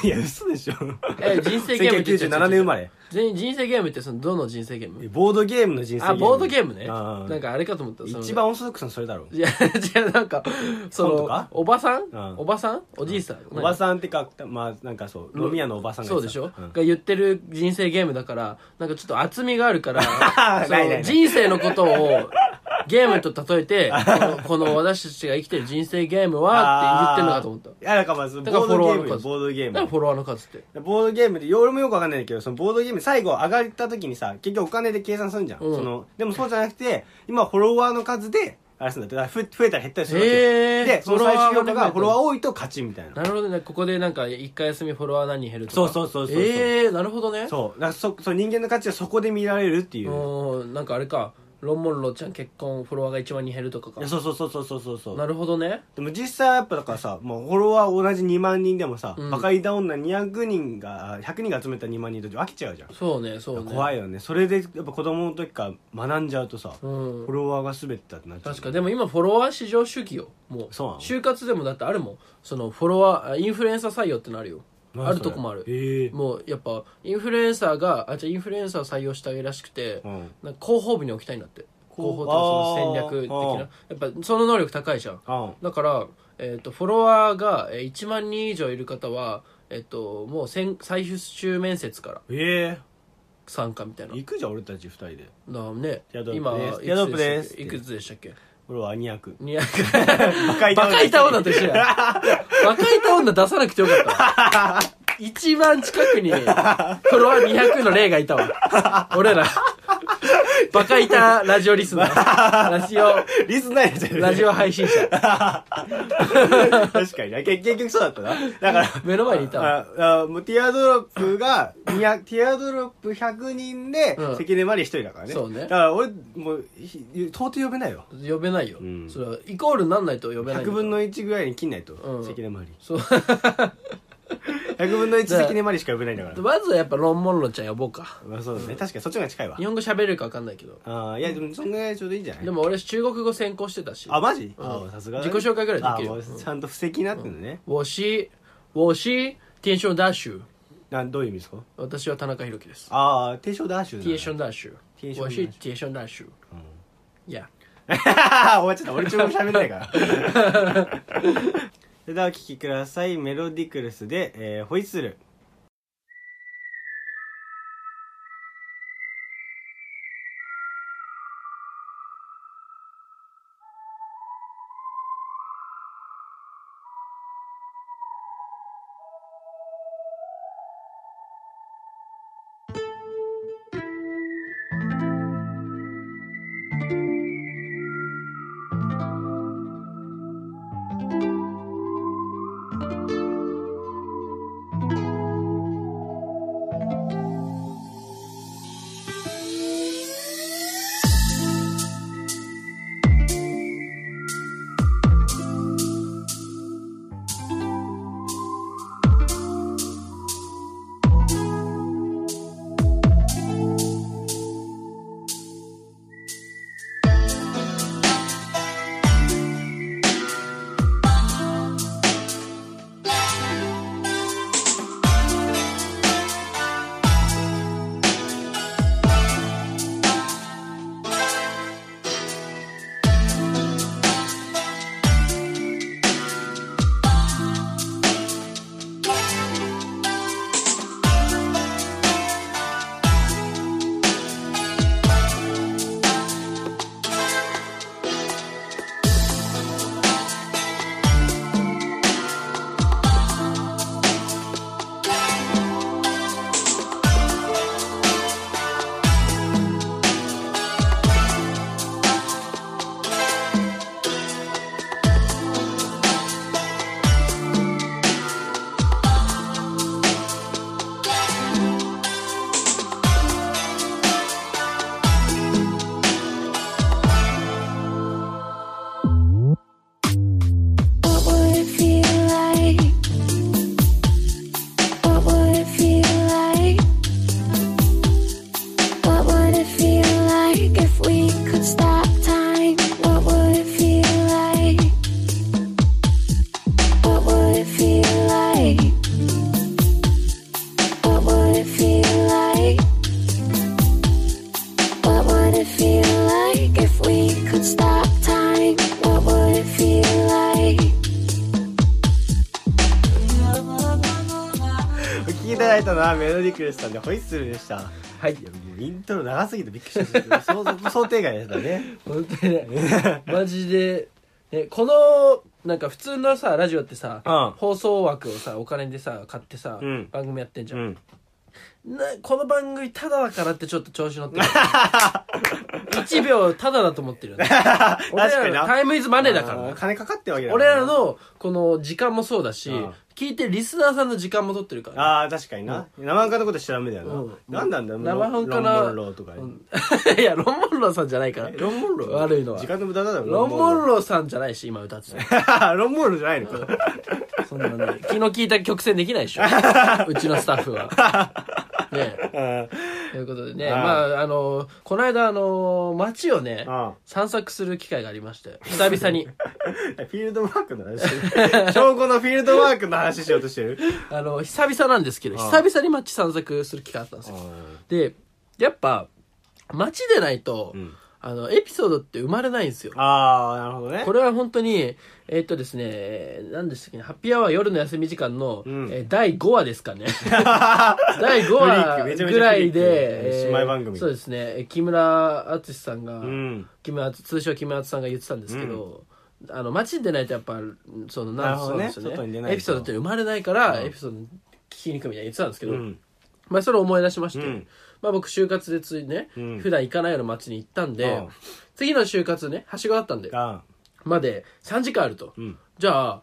Speaker 1: いや、嘘でしょ。
Speaker 2: え人生ゲームって言っちゃう
Speaker 1: 1997年生まれ。
Speaker 2: 全人生ゲームってそのどの人生ゲーム
Speaker 1: ボードゲームの人生
Speaker 2: あボードゲームね
Speaker 1: ああ
Speaker 2: なんかあれかと思ったその
Speaker 1: 一番オーソドックスなのそれだろ。
Speaker 2: いや違うなんかそ
Speaker 1: 本とか
Speaker 2: のおばさん
Speaker 1: うん
Speaker 2: おばさんおじいさん
Speaker 1: おばさんってか、まあ、なんかそう、飲み屋のおばさんが
Speaker 2: そ
Speaker 1: 言っ
Speaker 2: う
Speaker 1: て
Speaker 2: で
Speaker 1: た
Speaker 2: しょ、
Speaker 1: うん
Speaker 2: が言ってる人生ゲームだからなんかちょっと厚みがあるから
Speaker 1: (laughs)
Speaker 2: そ
Speaker 1: ないないな
Speaker 2: の
Speaker 1: い
Speaker 2: 人生のことをゲームと例
Speaker 1: (laughs)
Speaker 2: えてこのこの私たちが生きてる人生ゲームはって言ってるのかと思った
Speaker 1: いや、なんかまず、ボ
Speaker 2: だから
Speaker 1: ー
Speaker 2: フォロ
Speaker 1: ド
Speaker 2: ワ
Speaker 1: ゲー
Speaker 2: ーの
Speaker 1: ムよ、
Speaker 2: 数
Speaker 1: ボードゲー
Speaker 2: だからフ
Speaker 1: ム。
Speaker 2: ォロワーの数って
Speaker 1: ボードゲームで、俺もよくわかんないんだけど、そのボードゲーム、最後上がった時にさ、結局お金で計算するんじゃん。
Speaker 2: うん
Speaker 1: その、でもそうじゃなくて、今フォロワーの数で、あれするんだって、だからふ増えたり減ったりするわけよ
Speaker 2: へー
Speaker 1: で、その最終評価が、
Speaker 2: フ
Speaker 1: フ
Speaker 2: ォ
Speaker 1: ォ
Speaker 2: ロ
Speaker 1: ロ
Speaker 2: ワ
Speaker 1: ワ
Speaker 2: ー
Speaker 1: ー多いと勝ちみたいな。
Speaker 2: なるほどねここでなんか一回休みフォロワー何人減るとか
Speaker 1: そうそうそうそうそう
Speaker 2: ええー、なるほどね
Speaker 1: そう。だからそ、その人間の価値はそこで見られるっていう。
Speaker 2: うんなんかあれかロンモンロちゃん結婚フォロワーが1万人減るとかか
Speaker 1: いやそうそうそうそうそうそうそう
Speaker 2: なるほどね
Speaker 1: でも実際やっぱだからさ、もうフォロワー同じ2万人でもさ、
Speaker 2: うん
Speaker 1: バカいた女200人が、あ100人が集めた2万人と飽きちゃうじゃん。
Speaker 2: そうねそうね
Speaker 1: 怖
Speaker 2: い、
Speaker 1: いよね。それでやっぱ子供の時から学んじゃうとさ、フ
Speaker 2: うん
Speaker 1: ォ、ロワーが全てだってなっちゃう。
Speaker 2: 確かでも今フォロワー至上主義よもう
Speaker 1: そうなの
Speaker 2: 就活でもだってあるもんそのフォロワーあインフルエンサー採用ってのあるよ
Speaker 1: 何そ
Speaker 2: あ
Speaker 1: れ
Speaker 2: るとこもある
Speaker 1: へえ
Speaker 2: もうやっぱインフルエンサーがあじゃあインフルエンサー採用したいらしくて、
Speaker 1: うん
Speaker 2: なんか広報部に置きたいんだって広
Speaker 1: 広
Speaker 2: 報
Speaker 1: 報
Speaker 2: とかその戦略的なやっぱその能力高いじゃん
Speaker 1: うん。
Speaker 2: だから、えっとフォロワーがえー1万人以上いる方は、えっともう先最終面接から
Speaker 1: え
Speaker 2: 参加みたいな
Speaker 1: え行くじゃん、俺たち2人で。
Speaker 2: だね
Speaker 1: ティアドロ
Speaker 2: 今
Speaker 1: ップです
Speaker 2: い
Speaker 1: テ
Speaker 2: つ
Speaker 1: ィアドロップです
Speaker 2: いくつでしたっけ
Speaker 1: 俺は200
Speaker 2: にバ
Speaker 1: カ板
Speaker 2: カいた女と一緒やバカいた女出さなくてよかったわ一番近くにフォロワー200の霊がいたわ俺らバカいたラジオリスナーラジオ
Speaker 1: リスナーやじゃん
Speaker 2: ラジオ配信者
Speaker 1: (laughs) 確かにな結結局そうだったなだから
Speaker 2: 目の前にいたわ
Speaker 1: ああもうティアドロップが200ティアドロップ100人で
Speaker 2: うん
Speaker 1: 関根麻里一人だからね、
Speaker 2: そうね
Speaker 1: だから俺もうひ到底呼べないよ
Speaker 2: 呼べないよ、
Speaker 1: ん
Speaker 2: それはイコールになんないと呼べない
Speaker 1: 100分の1ぐらいに切んないと、
Speaker 2: うん
Speaker 1: 関根麻里
Speaker 2: そう (laughs)
Speaker 1: 100分の1
Speaker 2: だから
Speaker 1: 関根麻里しか呼べないんだから
Speaker 2: まずはやっぱロンモンロンちゃん呼ぼうか
Speaker 1: まあそうだね、確かにそっちの方が近いわ
Speaker 2: 日本語喋れるか分かんないけど
Speaker 1: ああいやでもそんぐらいちょうどいいんじゃない
Speaker 2: でも俺中国語専攻してたし
Speaker 1: あマジ、
Speaker 2: うん
Speaker 1: ああさすがだね
Speaker 2: 自己紹介ぐらいできるよ
Speaker 1: ああもうちゃんと布石になってるのね、
Speaker 2: 我是我是テンションダッシュ
Speaker 1: なんどういう意味ですか
Speaker 2: 私は田中裕樹です
Speaker 1: ああ提唱ダッシュ
Speaker 2: テンシ
Speaker 1: ョ
Speaker 2: ョンダッシュ
Speaker 1: テンションダ
Speaker 2: 我
Speaker 1: ッシ
Speaker 2: 是
Speaker 1: ュ
Speaker 2: テンションダッシュいや
Speaker 1: (laughs) 終わっちゃった俺中国喋んない
Speaker 2: (laughs)
Speaker 1: からそれではお聴きくださいメロディクルスで「えー、ホイッスル」
Speaker 3: What would it feel like? What would it feel like? What would it feel like if we could stop time? What would it feel like? What would it feel like? What would it feel like? What would it feel like if we could stop time? What would it feel like?
Speaker 1: お聴きいただいたのはメロディクルスさんで「ホイッスル」でした
Speaker 2: はい
Speaker 1: いやもうイントロ長すぎてびっくりしました想想定外でしたね
Speaker 2: 本当にね
Speaker 1: (laughs)
Speaker 2: マジで、ね、このなんか普通のさラジオってさ、
Speaker 1: うん
Speaker 2: 放送枠をさお金でさ買ってさ、
Speaker 1: うん
Speaker 2: 番組やってんじゃ、
Speaker 1: うんん
Speaker 2: なこの番組タダだからってちょっと調子乗っ
Speaker 1: (laughs)
Speaker 2: てる1秒タダだと思ってるよね俺
Speaker 1: (laughs) 確からにな
Speaker 2: のタイムイズマネーだから
Speaker 1: あー
Speaker 2: な
Speaker 1: 金かかってるわけだ
Speaker 2: 俺ら
Speaker 1: の
Speaker 2: のこの時間もそうだし
Speaker 1: うん
Speaker 2: 聞いてるリスナーさんの時間も取ってるからね
Speaker 1: ああ確かにな生半可なことしちゃダメだよな、
Speaker 2: うん
Speaker 1: なんなんだよ
Speaker 2: 生半可
Speaker 1: ロン
Speaker 2: な
Speaker 1: モンローとか、
Speaker 2: うん (laughs) いやロンモンローさんじゃないから
Speaker 1: ロンモンロー
Speaker 2: 悪いのは
Speaker 1: 時間の無駄だろ
Speaker 2: ロンモンローさんじゃないし今歌ってたの
Speaker 1: ー (laughs) ロンモンローじゃないのか (laughs)
Speaker 2: そんなね昨日聞いた曲線できないでしょうちのスタッフはねえ
Speaker 1: うん
Speaker 2: ということでね
Speaker 1: ああ
Speaker 2: まああのこの間あの街をね
Speaker 1: ああ
Speaker 2: 散策する機会がありまして久々
Speaker 1: (laughs)
Speaker 2: に
Speaker 1: フィールドワークの話 (laughs) 証拠のフィールドワークの話しようとしてる
Speaker 2: あの久々なんですけど
Speaker 1: ああ
Speaker 2: 久々に街散策する機会あったんですよでやっぱ街でないと、
Speaker 1: ん
Speaker 2: あの、エピソードって生まれないんですよ。
Speaker 1: ああ、なるほどね。
Speaker 2: これは本当に、えーっとですね、何でしたっけね、ハッピーアワー夜の休み時間の、
Speaker 1: うん
Speaker 2: えー第5話ですか
Speaker 1: (laughs)
Speaker 2: ね。
Speaker 1: フ
Speaker 2: 第5話
Speaker 1: リークめちゃめちゃフリーク
Speaker 2: ぐらいで、
Speaker 1: 姉妹番組
Speaker 2: そうですね、えー木村敦さんが、
Speaker 1: うん。
Speaker 2: 木村敦通称木村敦さんが言ってたんですけど、あの街に出ないとやっぱその
Speaker 1: なる
Speaker 2: ん
Speaker 1: ほ
Speaker 2: そ
Speaker 1: ど
Speaker 2: う
Speaker 1: ね
Speaker 2: なんですよ
Speaker 1: 外に出
Speaker 2: ね
Speaker 1: ないと
Speaker 2: エピソードって生まれないから、
Speaker 1: うん
Speaker 2: エピソード聞きに行くみたいに言ってたんですけ
Speaker 1: う
Speaker 2: ど、
Speaker 1: ん。
Speaker 2: まあ、それを思い出しまして、
Speaker 1: うん
Speaker 2: まあ、僕就活でついね、
Speaker 1: うん
Speaker 2: 普段行かないような街に行ったんで、
Speaker 1: うん
Speaker 2: 次の就活ねはしごだったんで
Speaker 1: あ
Speaker 2: まで3時間あると、
Speaker 1: うん
Speaker 2: じゃあ、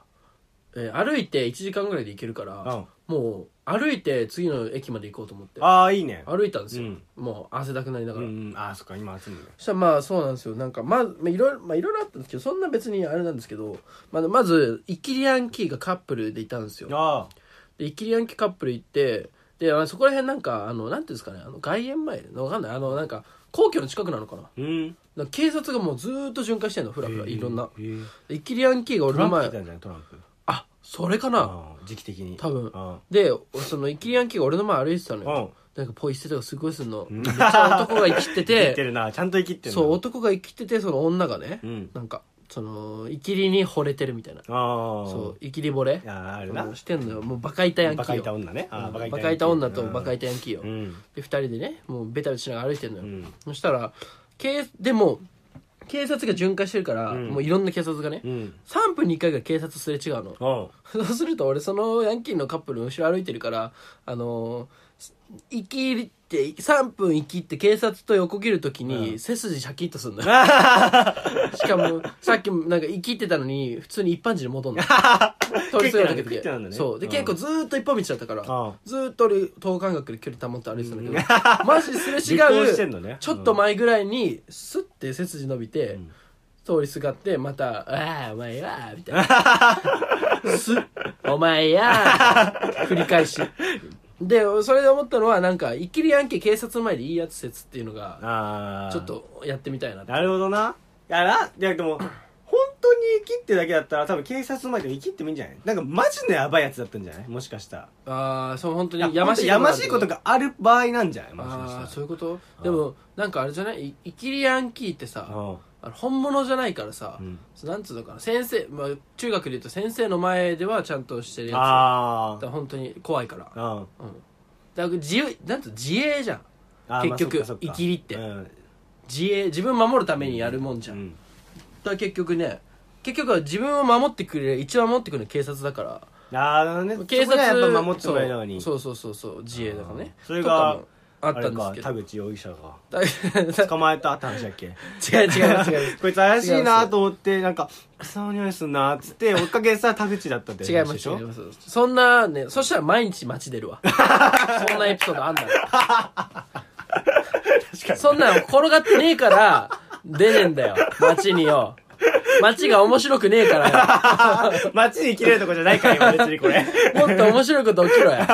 Speaker 2: えー歩いて1時間ぐらいで行けるから、もう歩いて次の駅まで行こうと思って
Speaker 1: あー、いいね。
Speaker 2: 歩いたんですよ、
Speaker 1: うん
Speaker 2: もう汗だくなりな
Speaker 1: う
Speaker 2: がら、
Speaker 1: ん。ああ、そっか、今暑いもんね。
Speaker 2: そしたらまあそうなんですよなんかまあまあいろいろまあいろいろあったんですけどそんな別にあれなんですけど、まあ、まずイキリヤンキーがカップルでいたんですよ
Speaker 1: あ
Speaker 2: でイキリヤンキーカップル行ってで、まあ、そこら辺なんかあのなんていうんですかねあの外苑前わかんないあのなんか皇居の近くなのかな
Speaker 1: あ。うん。
Speaker 2: なんか警察がもうずーっと巡回してんのふらふらいろんな
Speaker 1: えー。
Speaker 2: でイキリヤンキーが
Speaker 1: ト
Speaker 2: 俺
Speaker 1: ラ
Speaker 2: の
Speaker 1: ンプ来た
Speaker 2: 前
Speaker 1: んじゃないトランプ。
Speaker 2: あそれかな
Speaker 1: あー時期的に。
Speaker 2: 多分
Speaker 1: あ
Speaker 2: でそのイキリヤンキーが俺の前歩いてたのよなんかポイ捨てとかすごいすんのめっちゃ男が生き
Speaker 1: (laughs)
Speaker 2: て
Speaker 1: ー。生き
Speaker 2: て
Speaker 1: てるな。ちゃんと生きてるな。
Speaker 2: そう男が生きててその女がね、
Speaker 1: うん
Speaker 2: なんかそのイキリに惚れてるみたいな
Speaker 1: ああ。
Speaker 2: そう。イキリ惚れ
Speaker 1: いやーあるな
Speaker 2: うん。してんのよもうバカイタヤンキ
Speaker 1: バカ
Speaker 2: ー
Speaker 1: いた
Speaker 2: よ
Speaker 1: 女ね。あー
Speaker 2: バカイタ女とバカ
Speaker 1: い
Speaker 2: イタヤンキーよ、
Speaker 1: うん。
Speaker 2: で二人でねもうベタベタしながら歩いてんのよ、
Speaker 1: うん
Speaker 2: そしたら警でも警察が巡回してるから、
Speaker 1: うん
Speaker 2: もういろんな警察がね、
Speaker 1: うん。
Speaker 2: 3分に1回が警察すれ違うの
Speaker 1: うん。
Speaker 2: (laughs) そうすると俺そのヤンキーのカップルの後ろ歩いてるからあのー、生き入って3分生きって警察と横切るときに、
Speaker 1: うん
Speaker 2: 背筋シャキッとす
Speaker 1: (laughs)
Speaker 2: んだよしかもさっきもなんか生きってたのに普通に一般人に戻ん
Speaker 1: (laughs)
Speaker 2: の通り過ぎた時
Speaker 1: 結構なんだね
Speaker 2: そうで、
Speaker 1: うん
Speaker 2: 結構ずーっと一本道だったから、
Speaker 1: うん
Speaker 2: ずーっと俺等間隔で距離保って歩いてたんだけどマジすれ
Speaker 1: 尾行して
Speaker 2: 違
Speaker 1: ん
Speaker 2: う、
Speaker 1: のね
Speaker 2: ちょっと前ぐらいにスッて背筋伸びて、通りすがってまた「ああお前や」みたいなすお前やー繰り返しでそれで思ったのはなんか「イキリヤンキー警察前でいいやつ説」っていうのが
Speaker 1: ああ。
Speaker 2: ちょっ。とやってみたいなって
Speaker 1: なるほどな。いやな、いやでも、本当に生きってだけだったら多分警察の前でも生きってもいいんじゃないなんかマジのやばいやつだったんじゃないもしかしたら。
Speaker 2: ああそう本当
Speaker 1: いや
Speaker 2: にやましい
Speaker 1: やましい
Speaker 2: こ
Speaker 1: ことと
Speaker 2: が
Speaker 1: がある場合なんじゃないもしかした
Speaker 2: あ
Speaker 1: ら
Speaker 2: あーそういうことでもなんかあれじゃないいイキリヤンキーってさ
Speaker 1: うん
Speaker 2: あの本物じゃないからさ、
Speaker 1: うん
Speaker 2: なんつうのかな先生、まあ、中学で言うと先生の前ではちゃんとしてるやつ
Speaker 1: あ
Speaker 2: だから本当に怖いから
Speaker 1: ーうん
Speaker 2: うんだから自由なんつうの自衛じゃん
Speaker 1: あー
Speaker 2: 結局
Speaker 1: まあそっかそっか
Speaker 2: 生きりって
Speaker 1: うん
Speaker 2: 自衛自分を守るためにやるもんじ
Speaker 1: う
Speaker 2: ゃん、
Speaker 1: ん
Speaker 2: だから結局ね結局は自分を守ってくれる一番守ってくれるのは警察だから
Speaker 1: あーね
Speaker 2: 警
Speaker 1: 警
Speaker 2: 察
Speaker 1: 察やっぱ守ってもらえるのに
Speaker 2: そうそうそうそうそう自衛だからね
Speaker 1: あーそれが
Speaker 2: とかもあったんです
Speaker 1: あ
Speaker 2: け
Speaker 1: れ
Speaker 2: ど
Speaker 1: か田口容疑者が
Speaker 2: 違
Speaker 1: 捕まえたって話だっけ
Speaker 2: う (laughs) 違う違う
Speaker 1: (laughs) こいつ怪しいなと思ってなんか草の匂いすんなっつって追っかけさ田口だったって
Speaker 2: 違います
Speaker 1: 話でしょ
Speaker 2: 違いますそんなねそしたら毎日街出
Speaker 1: (laughs)
Speaker 2: るわそんなエピソードあんだよ
Speaker 1: 確かに
Speaker 2: そんなん転がってねえから出ねえんだよ街によ街が面白くねえからよ
Speaker 1: (laughs) 街に生きれるとこじゃないから今別にこれ
Speaker 2: (laughs) もっと面白いこと起き
Speaker 1: (laughs)
Speaker 2: ろや。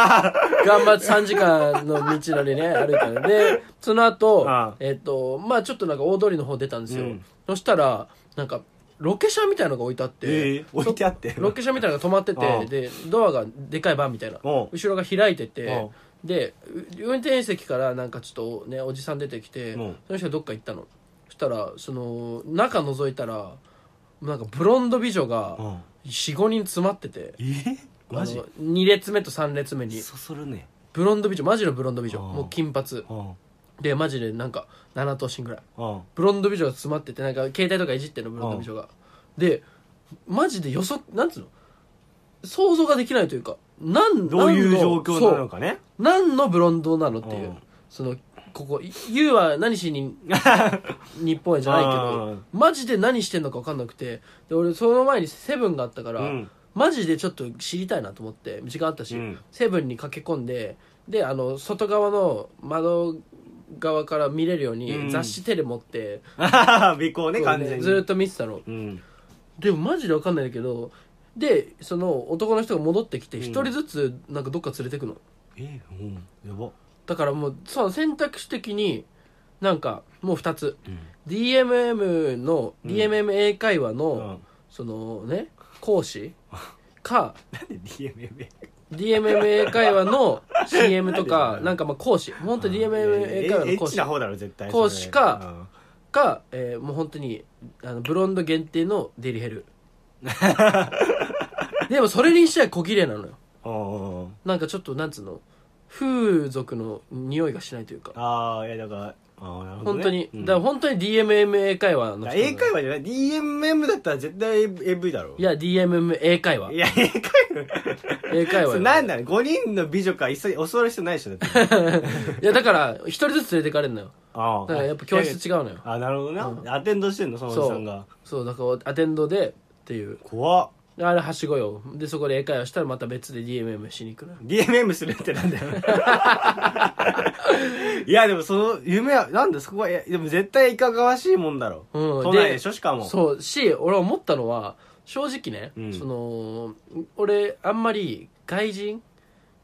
Speaker 2: 頑張って3時間の道のりね、歩いたので、その後、
Speaker 1: ああ
Speaker 2: えっ、と、まあちょっとなんか大通りの方出たんですよ。
Speaker 1: うん
Speaker 2: そしたら、なんか、ロケ車みたいなのが置いてあって、
Speaker 1: ええ置いてあって
Speaker 2: そロケ車みたいなのが止まってて、
Speaker 1: ああ
Speaker 2: で、ドアがでかいバンみたいな。
Speaker 1: お
Speaker 2: 後
Speaker 1: う
Speaker 2: ろが開いてて
Speaker 1: お、
Speaker 2: で、う運転席からなんかちょっとね、おじさん出てきて、
Speaker 1: うん
Speaker 2: その人がどっか行ったの。そしたら、その、中覗いたら、なんかブロンド美女が
Speaker 1: うん
Speaker 2: 4、5人詰まってて、
Speaker 1: えーマジ
Speaker 2: あの2列目と3列目に
Speaker 1: そそるね
Speaker 2: ブロンド美女マジのブロンド美女
Speaker 1: あー
Speaker 2: もう金髪
Speaker 1: うん
Speaker 2: でマジでなんか7頭身ぐらい
Speaker 1: うん
Speaker 2: ブロンド美女が詰まっててなんか携帯とかいじってんのブロンド美女がでマジで予測なんつうの想像ができないというかなん
Speaker 1: どうい
Speaker 2: 何
Speaker 1: う
Speaker 2: の
Speaker 1: 状況なのかね
Speaker 2: そう何のブロンドなのっていううんそのここい YOU は何しに日本へじゃないけどマジで何してんのか分かんなくてで俺その前にセブンがあったから、
Speaker 1: うん
Speaker 2: マジでちょっと知りたいなと思って時間あったし、
Speaker 1: うん
Speaker 2: セブンに駆け込んでであの外側の窓側から見れるよう
Speaker 1: う
Speaker 2: に
Speaker 1: ん
Speaker 2: 雑誌手で持って、
Speaker 1: あはは尾行ね
Speaker 2: そう
Speaker 1: 完
Speaker 2: ね
Speaker 1: 全に
Speaker 2: ずーっと見てたの
Speaker 1: うん
Speaker 2: でもマジで分かんないけどでその男の人が戻ってき
Speaker 1: う
Speaker 2: て
Speaker 1: ん
Speaker 2: 一人ずつなんかどっか連れてくの、
Speaker 1: えーうんやば
Speaker 2: だからもうその選択肢的になんかもう2つ、DMM の DMM 英会話の、
Speaker 1: うん
Speaker 2: そのね講師か
Speaker 1: なんで DMM
Speaker 2: DMM 英会話の CM と
Speaker 1: なんでだ
Speaker 2: か
Speaker 1: よ
Speaker 2: なんかまあ講師本当に DMM 英
Speaker 1: え
Speaker 2: 会話
Speaker 1: エ
Speaker 2: の
Speaker 1: ッ
Speaker 2: 講
Speaker 1: チ
Speaker 2: 師
Speaker 1: な方だろ絶対
Speaker 2: 講師かか、えーもう本当にあのブロンド限定のデリヘルでもそれにしては小綺麗なのよ
Speaker 1: うんうん
Speaker 2: なんかちょっとなんつうの風俗の匂いがしないというか
Speaker 1: ああいやだからああなるほど、
Speaker 2: 本
Speaker 1: ね、
Speaker 2: 当に、
Speaker 1: うん
Speaker 2: だから本当に DMM 英会話の人
Speaker 1: だから英会話じゃない DMM だったら絶対 AV だろ
Speaker 2: いや DMM 英会話
Speaker 1: いや英会
Speaker 2: 英会話
Speaker 1: 話
Speaker 2: よ
Speaker 1: 何なの5人の美女か一緒に襲われる人ないでしょだって
Speaker 2: いやだから一人ずつ連れてかれるのよ
Speaker 1: あ
Speaker 2: だからやっぱ教室違うのよ
Speaker 1: あなるほどな、アテンドしてんのそのおじさんが
Speaker 2: そうだからアテンドでっていう
Speaker 1: 怖っ
Speaker 2: あれはしごよでそこで英会話したらまた別で DMM しに行くのよ
Speaker 1: DMM するってなんだよいやでもその夢はなんでそこはいやでも絶対いかがわしいもんだろ、
Speaker 2: うん
Speaker 1: 都内でしょしかも
Speaker 2: そうし俺思ったのは正直ね、
Speaker 1: うん
Speaker 2: その俺あんまり外人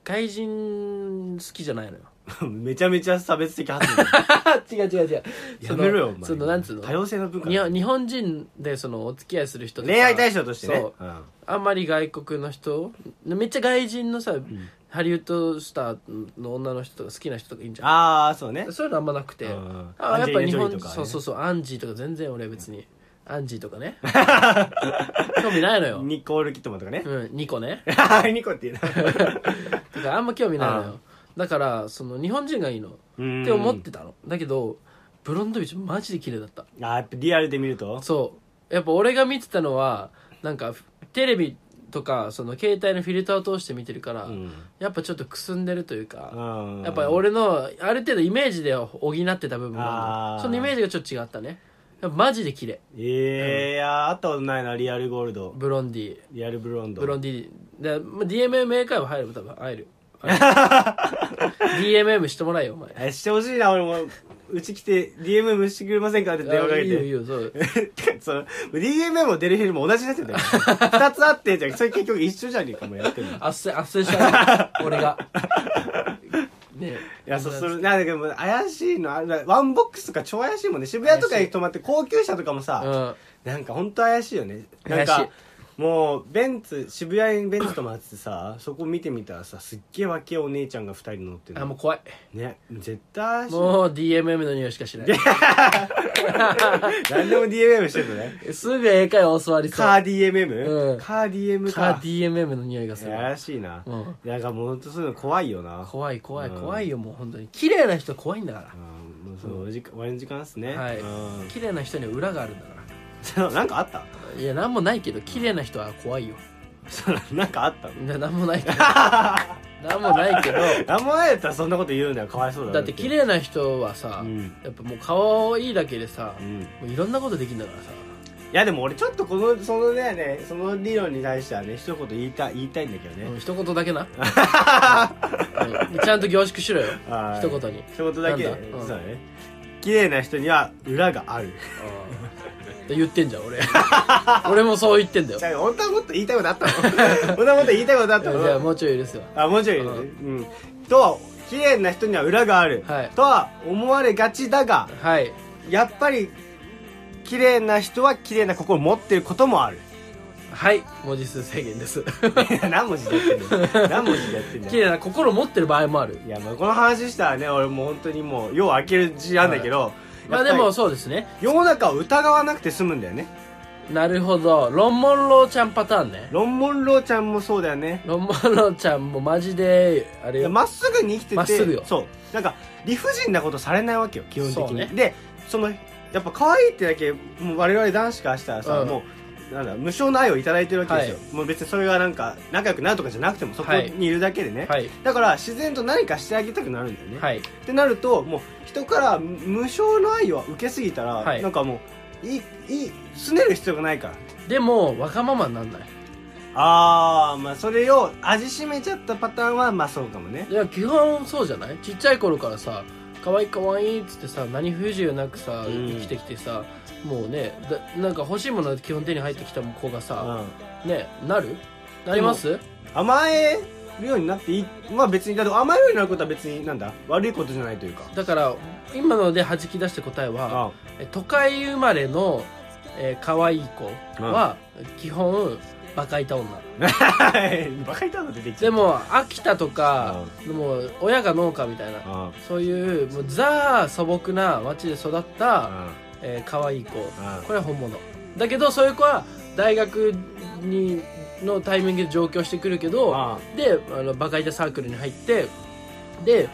Speaker 2: 外人好きじゃない
Speaker 1: (laughs)
Speaker 2: のよ
Speaker 1: めちゃめちゃ差別的発言
Speaker 2: 違う違う違う
Speaker 1: やめろよお前
Speaker 2: そのなんつうの
Speaker 1: 多様性の文化
Speaker 2: 日本日本人でそのお付き合いする人とか
Speaker 1: 恋愛対象としてね
Speaker 2: そう
Speaker 1: うん
Speaker 2: あんまり外国の人めっちゃ外人のさ、ハリウッドスターの女の人とか好きな人とかいいんじゃん
Speaker 1: ああそうね
Speaker 2: そういうのあんまなくて、
Speaker 1: うん
Speaker 2: あやっぱ日本、
Speaker 1: アンジェリーナジョリーとかね
Speaker 2: そうそうそうアンジーとか全然俺別にアンジーと
Speaker 1: (laughs)
Speaker 2: かね興味ないのよ、
Speaker 1: ニコール・キットマンとかね
Speaker 2: うん、2個ね
Speaker 1: ニコって言う
Speaker 2: だからあんま興味ないの
Speaker 1: あ
Speaker 2: よだからその日本人がいいのっ
Speaker 1: な
Speaker 2: て思ってたのだけどブロンド美女マジで綺麗だった
Speaker 1: あーやっぱリアルで見ると
Speaker 2: そうやっぱ俺が見てたのはなんかテレビとかその携帯のフィルターを通して見てるから、
Speaker 1: ん
Speaker 2: やっぱちょっとくすんでるというか、
Speaker 1: や
Speaker 2: やっぱ俺のある程度イメージで補ってた部分があ
Speaker 1: あー
Speaker 2: るそのイメージがちょっと違ったねやっぱマジで綺麗
Speaker 1: えーいやー会ったことないなリアルゴールド
Speaker 2: ブロンディ
Speaker 1: リアルブロンド
Speaker 2: ブロンディでまあ DMM 英会話入る多分
Speaker 1: (laughs)
Speaker 2: 入る DMM してもらえよお前
Speaker 1: えしてほしいな俺もうち来て DMM してくれませんかって電話か
Speaker 2: あ
Speaker 1: け
Speaker 2: いいよいい
Speaker 1: て
Speaker 2: よそう
Speaker 1: てか (laughs) その DMM もデリヘルも同じになってたよ二つあってじゃあそれ結局一緒じゃねえかもうやってるのい
Speaker 2: 圧旋圧旋したね
Speaker 1: (laughs)
Speaker 2: 俺がねえ
Speaker 1: やそうするなんだけどもう怪しいのあれワンボックスとか超怪しいもんね渋谷とかに泊まって高級車とかもさ、
Speaker 2: うん
Speaker 1: なんか本当怪しいよねなん
Speaker 2: 怪し
Speaker 1: かもうベンツ渋谷にベンツともあってさそこ見てみたらさすっげえ若いお姉ちゃんが2人乗ってる
Speaker 2: あも
Speaker 1: の
Speaker 2: う怖い
Speaker 1: ね絶対怪しい
Speaker 2: もう DMM の匂いしかしない
Speaker 1: 何でも DMM してるのね
Speaker 2: すぐ英会話教わり (laughs) そう
Speaker 1: カー DMM、
Speaker 2: うん
Speaker 1: カー DMM
Speaker 2: カー
Speaker 1: か
Speaker 2: DMM の匂いがする
Speaker 1: 怪しいな、
Speaker 2: うん
Speaker 1: なんかもう本当そういうの怖いよな
Speaker 2: 怖い怖い
Speaker 1: うん
Speaker 2: 怖いよもう本当に綺麗な人怖いんだか
Speaker 1: うんもうそうお時間終わりの時間ですね、
Speaker 2: らは
Speaker 1: う
Speaker 2: い
Speaker 1: ん (laughs)
Speaker 2: 綺麗な人には裏があるんだか
Speaker 1: そうなんかあった (laughs)
Speaker 2: らいやなんもないけど綺麗な人は怖いよ
Speaker 1: そうなんかあったの
Speaker 2: いやなんもないけ (laughs) どなんもないけど
Speaker 1: 何もないやったらそんなこと言うのはかわいそうだな
Speaker 2: だって綺麗な人はさ、
Speaker 1: うん
Speaker 2: やっぱもう顔いいだけでさ、
Speaker 1: うん
Speaker 2: もういろんなことできるんだからさ
Speaker 1: いやでも俺ちょっとこのそのねねその理論に対してはね一言言いたい言いたいんだけどね、
Speaker 2: うん一言 (laughs) だけな、うんちゃんと凝縮しろよ
Speaker 1: はい
Speaker 2: 一言に
Speaker 1: 一言だけ
Speaker 2: なんだう
Speaker 1: そ
Speaker 2: ん
Speaker 1: うだね綺麗な人には裏がある
Speaker 2: って言ってんじゃん俺 (laughs) 俺もそう言ってんだよ
Speaker 1: じゃあ本当はもっと言いたいことあったの (laughs) 本当はもっと言いたいことあっ
Speaker 2: じ
Speaker 1: た
Speaker 2: ゃあ
Speaker 1: の
Speaker 2: もうちょい許すよ
Speaker 1: あもうちょいねうんとは綺麗な人には裏がある、
Speaker 2: はい
Speaker 1: とは思われがちだが
Speaker 2: はい
Speaker 1: やっぱり綺麗な人は綺麗な心を持ってることもある (laughs)
Speaker 2: はい文字数制限です
Speaker 1: い
Speaker 2: (laughs)
Speaker 1: や何文字でやってんの何文字でやってんの
Speaker 2: 綺麗な心持ってる場合もある
Speaker 1: いやまあこの話したらね俺もう本当にもうよう開ける字なんだけど、
Speaker 2: まあ
Speaker 1: や
Speaker 2: で
Speaker 1: っぱり
Speaker 2: もそうですね
Speaker 1: 世の中を疑わなくて済むんだよね
Speaker 2: なるほどロンモンローちゃんパターンね
Speaker 1: ロンモンローちゃんもそうだよね
Speaker 2: ロンモンローちゃんもマジであれよ
Speaker 1: まっすぐに生きてて
Speaker 2: まっすぐよ
Speaker 1: そうなんか理不尽なことされないわけよ基本的
Speaker 2: そう
Speaker 1: に、
Speaker 2: ね
Speaker 1: でそのやっぱ可愛いってだけもう我々男子からしたらさ、
Speaker 2: うん
Speaker 1: もうなんだ無償の愛をいただいてるわけですよ、
Speaker 2: は
Speaker 1: もう別にそれがなんか仲良くなるとかじゃなくてもそこ
Speaker 2: はい
Speaker 1: にいるだけでね、
Speaker 2: はい
Speaker 1: だから自然と何かしてあげたくなるんだよね、
Speaker 2: はい
Speaker 1: ってなるともう人から無償の愛を受けすぎたら、
Speaker 2: はい
Speaker 1: なんかもういいいい拗ねる必要がないから
Speaker 2: でもわがままになんない
Speaker 1: ああまあそれを味しめちゃったパターンはまあそうかもね
Speaker 2: いや基本そうじゃないちっちゃい頃からさ可愛い可愛いっつってさ何不自由なくさ
Speaker 1: うん
Speaker 2: 生きてきてさ、もうねだなんか欲しいものは基本手に入ってきた子がさ、ねなるなります
Speaker 1: 甘えるようになっていいまあ別にだって甘えるようになることは別になんだ悪いことじゃないというか
Speaker 2: だから今ので弾き出した答え
Speaker 1: あ
Speaker 2: は、え都会生まれの、えー、可愛い子は、基本バカいた女
Speaker 1: あバカいたの出てきちゃ
Speaker 2: で
Speaker 1: う
Speaker 2: も秋田とか、もう親が農家みたいな、
Speaker 1: あ
Speaker 2: そういうもうザ素朴な町で育った、
Speaker 1: あ
Speaker 2: えー可愛い子、
Speaker 1: ん
Speaker 2: これは本物だけどそういう子は大学にのタイミングで上京してくるけど、
Speaker 1: う
Speaker 2: であのバカイタサークルに入ってで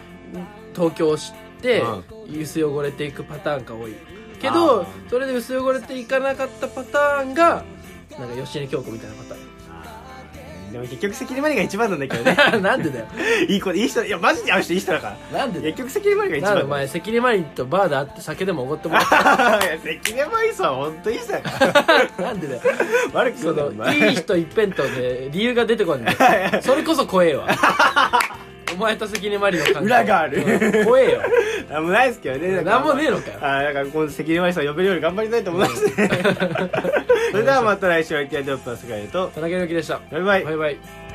Speaker 2: 東京を知って、薄汚れていくパターンが多いけ
Speaker 1: あ
Speaker 2: ど
Speaker 1: ー
Speaker 2: それで薄汚れていかなかったパターンがなんか吉根京子みたいなパ
Speaker 1: でも結局関根マリが一番なんだけ
Speaker 2: (laughs)
Speaker 1: どね
Speaker 2: ターンなんでだよ
Speaker 1: いい子でいい人いやマジであの人いい人だから
Speaker 2: なんでだよ
Speaker 1: 結局関根マリが一
Speaker 2: なん
Speaker 1: 番だ
Speaker 2: でお
Speaker 1: よ
Speaker 2: 前関根麻里とバーで会って酒でもおごってもらっ
Speaker 1: (laughs) いや関根マリさんは本当いい人だ
Speaker 2: (laughs)
Speaker 1: から (laughs)
Speaker 2: たなんでだよ
Speaker 1: 悪く言
Speaker 2: そ
Speaker 1: うなお
Speaker 2: の
Speaker 1: 前
Speaker 2: いい人一辺倒で理由が出てこないんだよそれこそ怖え
Speaker 1: (laughs)
Speaker 2: わお前と関根麻里の関係
Speaker 1: 裏がある
Speaker 2: うん怖えよ
Speaker 1: なんもないですけどね。だから
Speaker 2: なんもねえのかよ
Speaker 1: あーだから、この関根麻里さんを呼べるように頑張りたいと思います (laughs) ね。それではまた来週、アイキャドロップの世界へと、
Speaker 2: 田中裕樹でした
Speaker 1: バイバイ
Speaker 2: バ。イバイ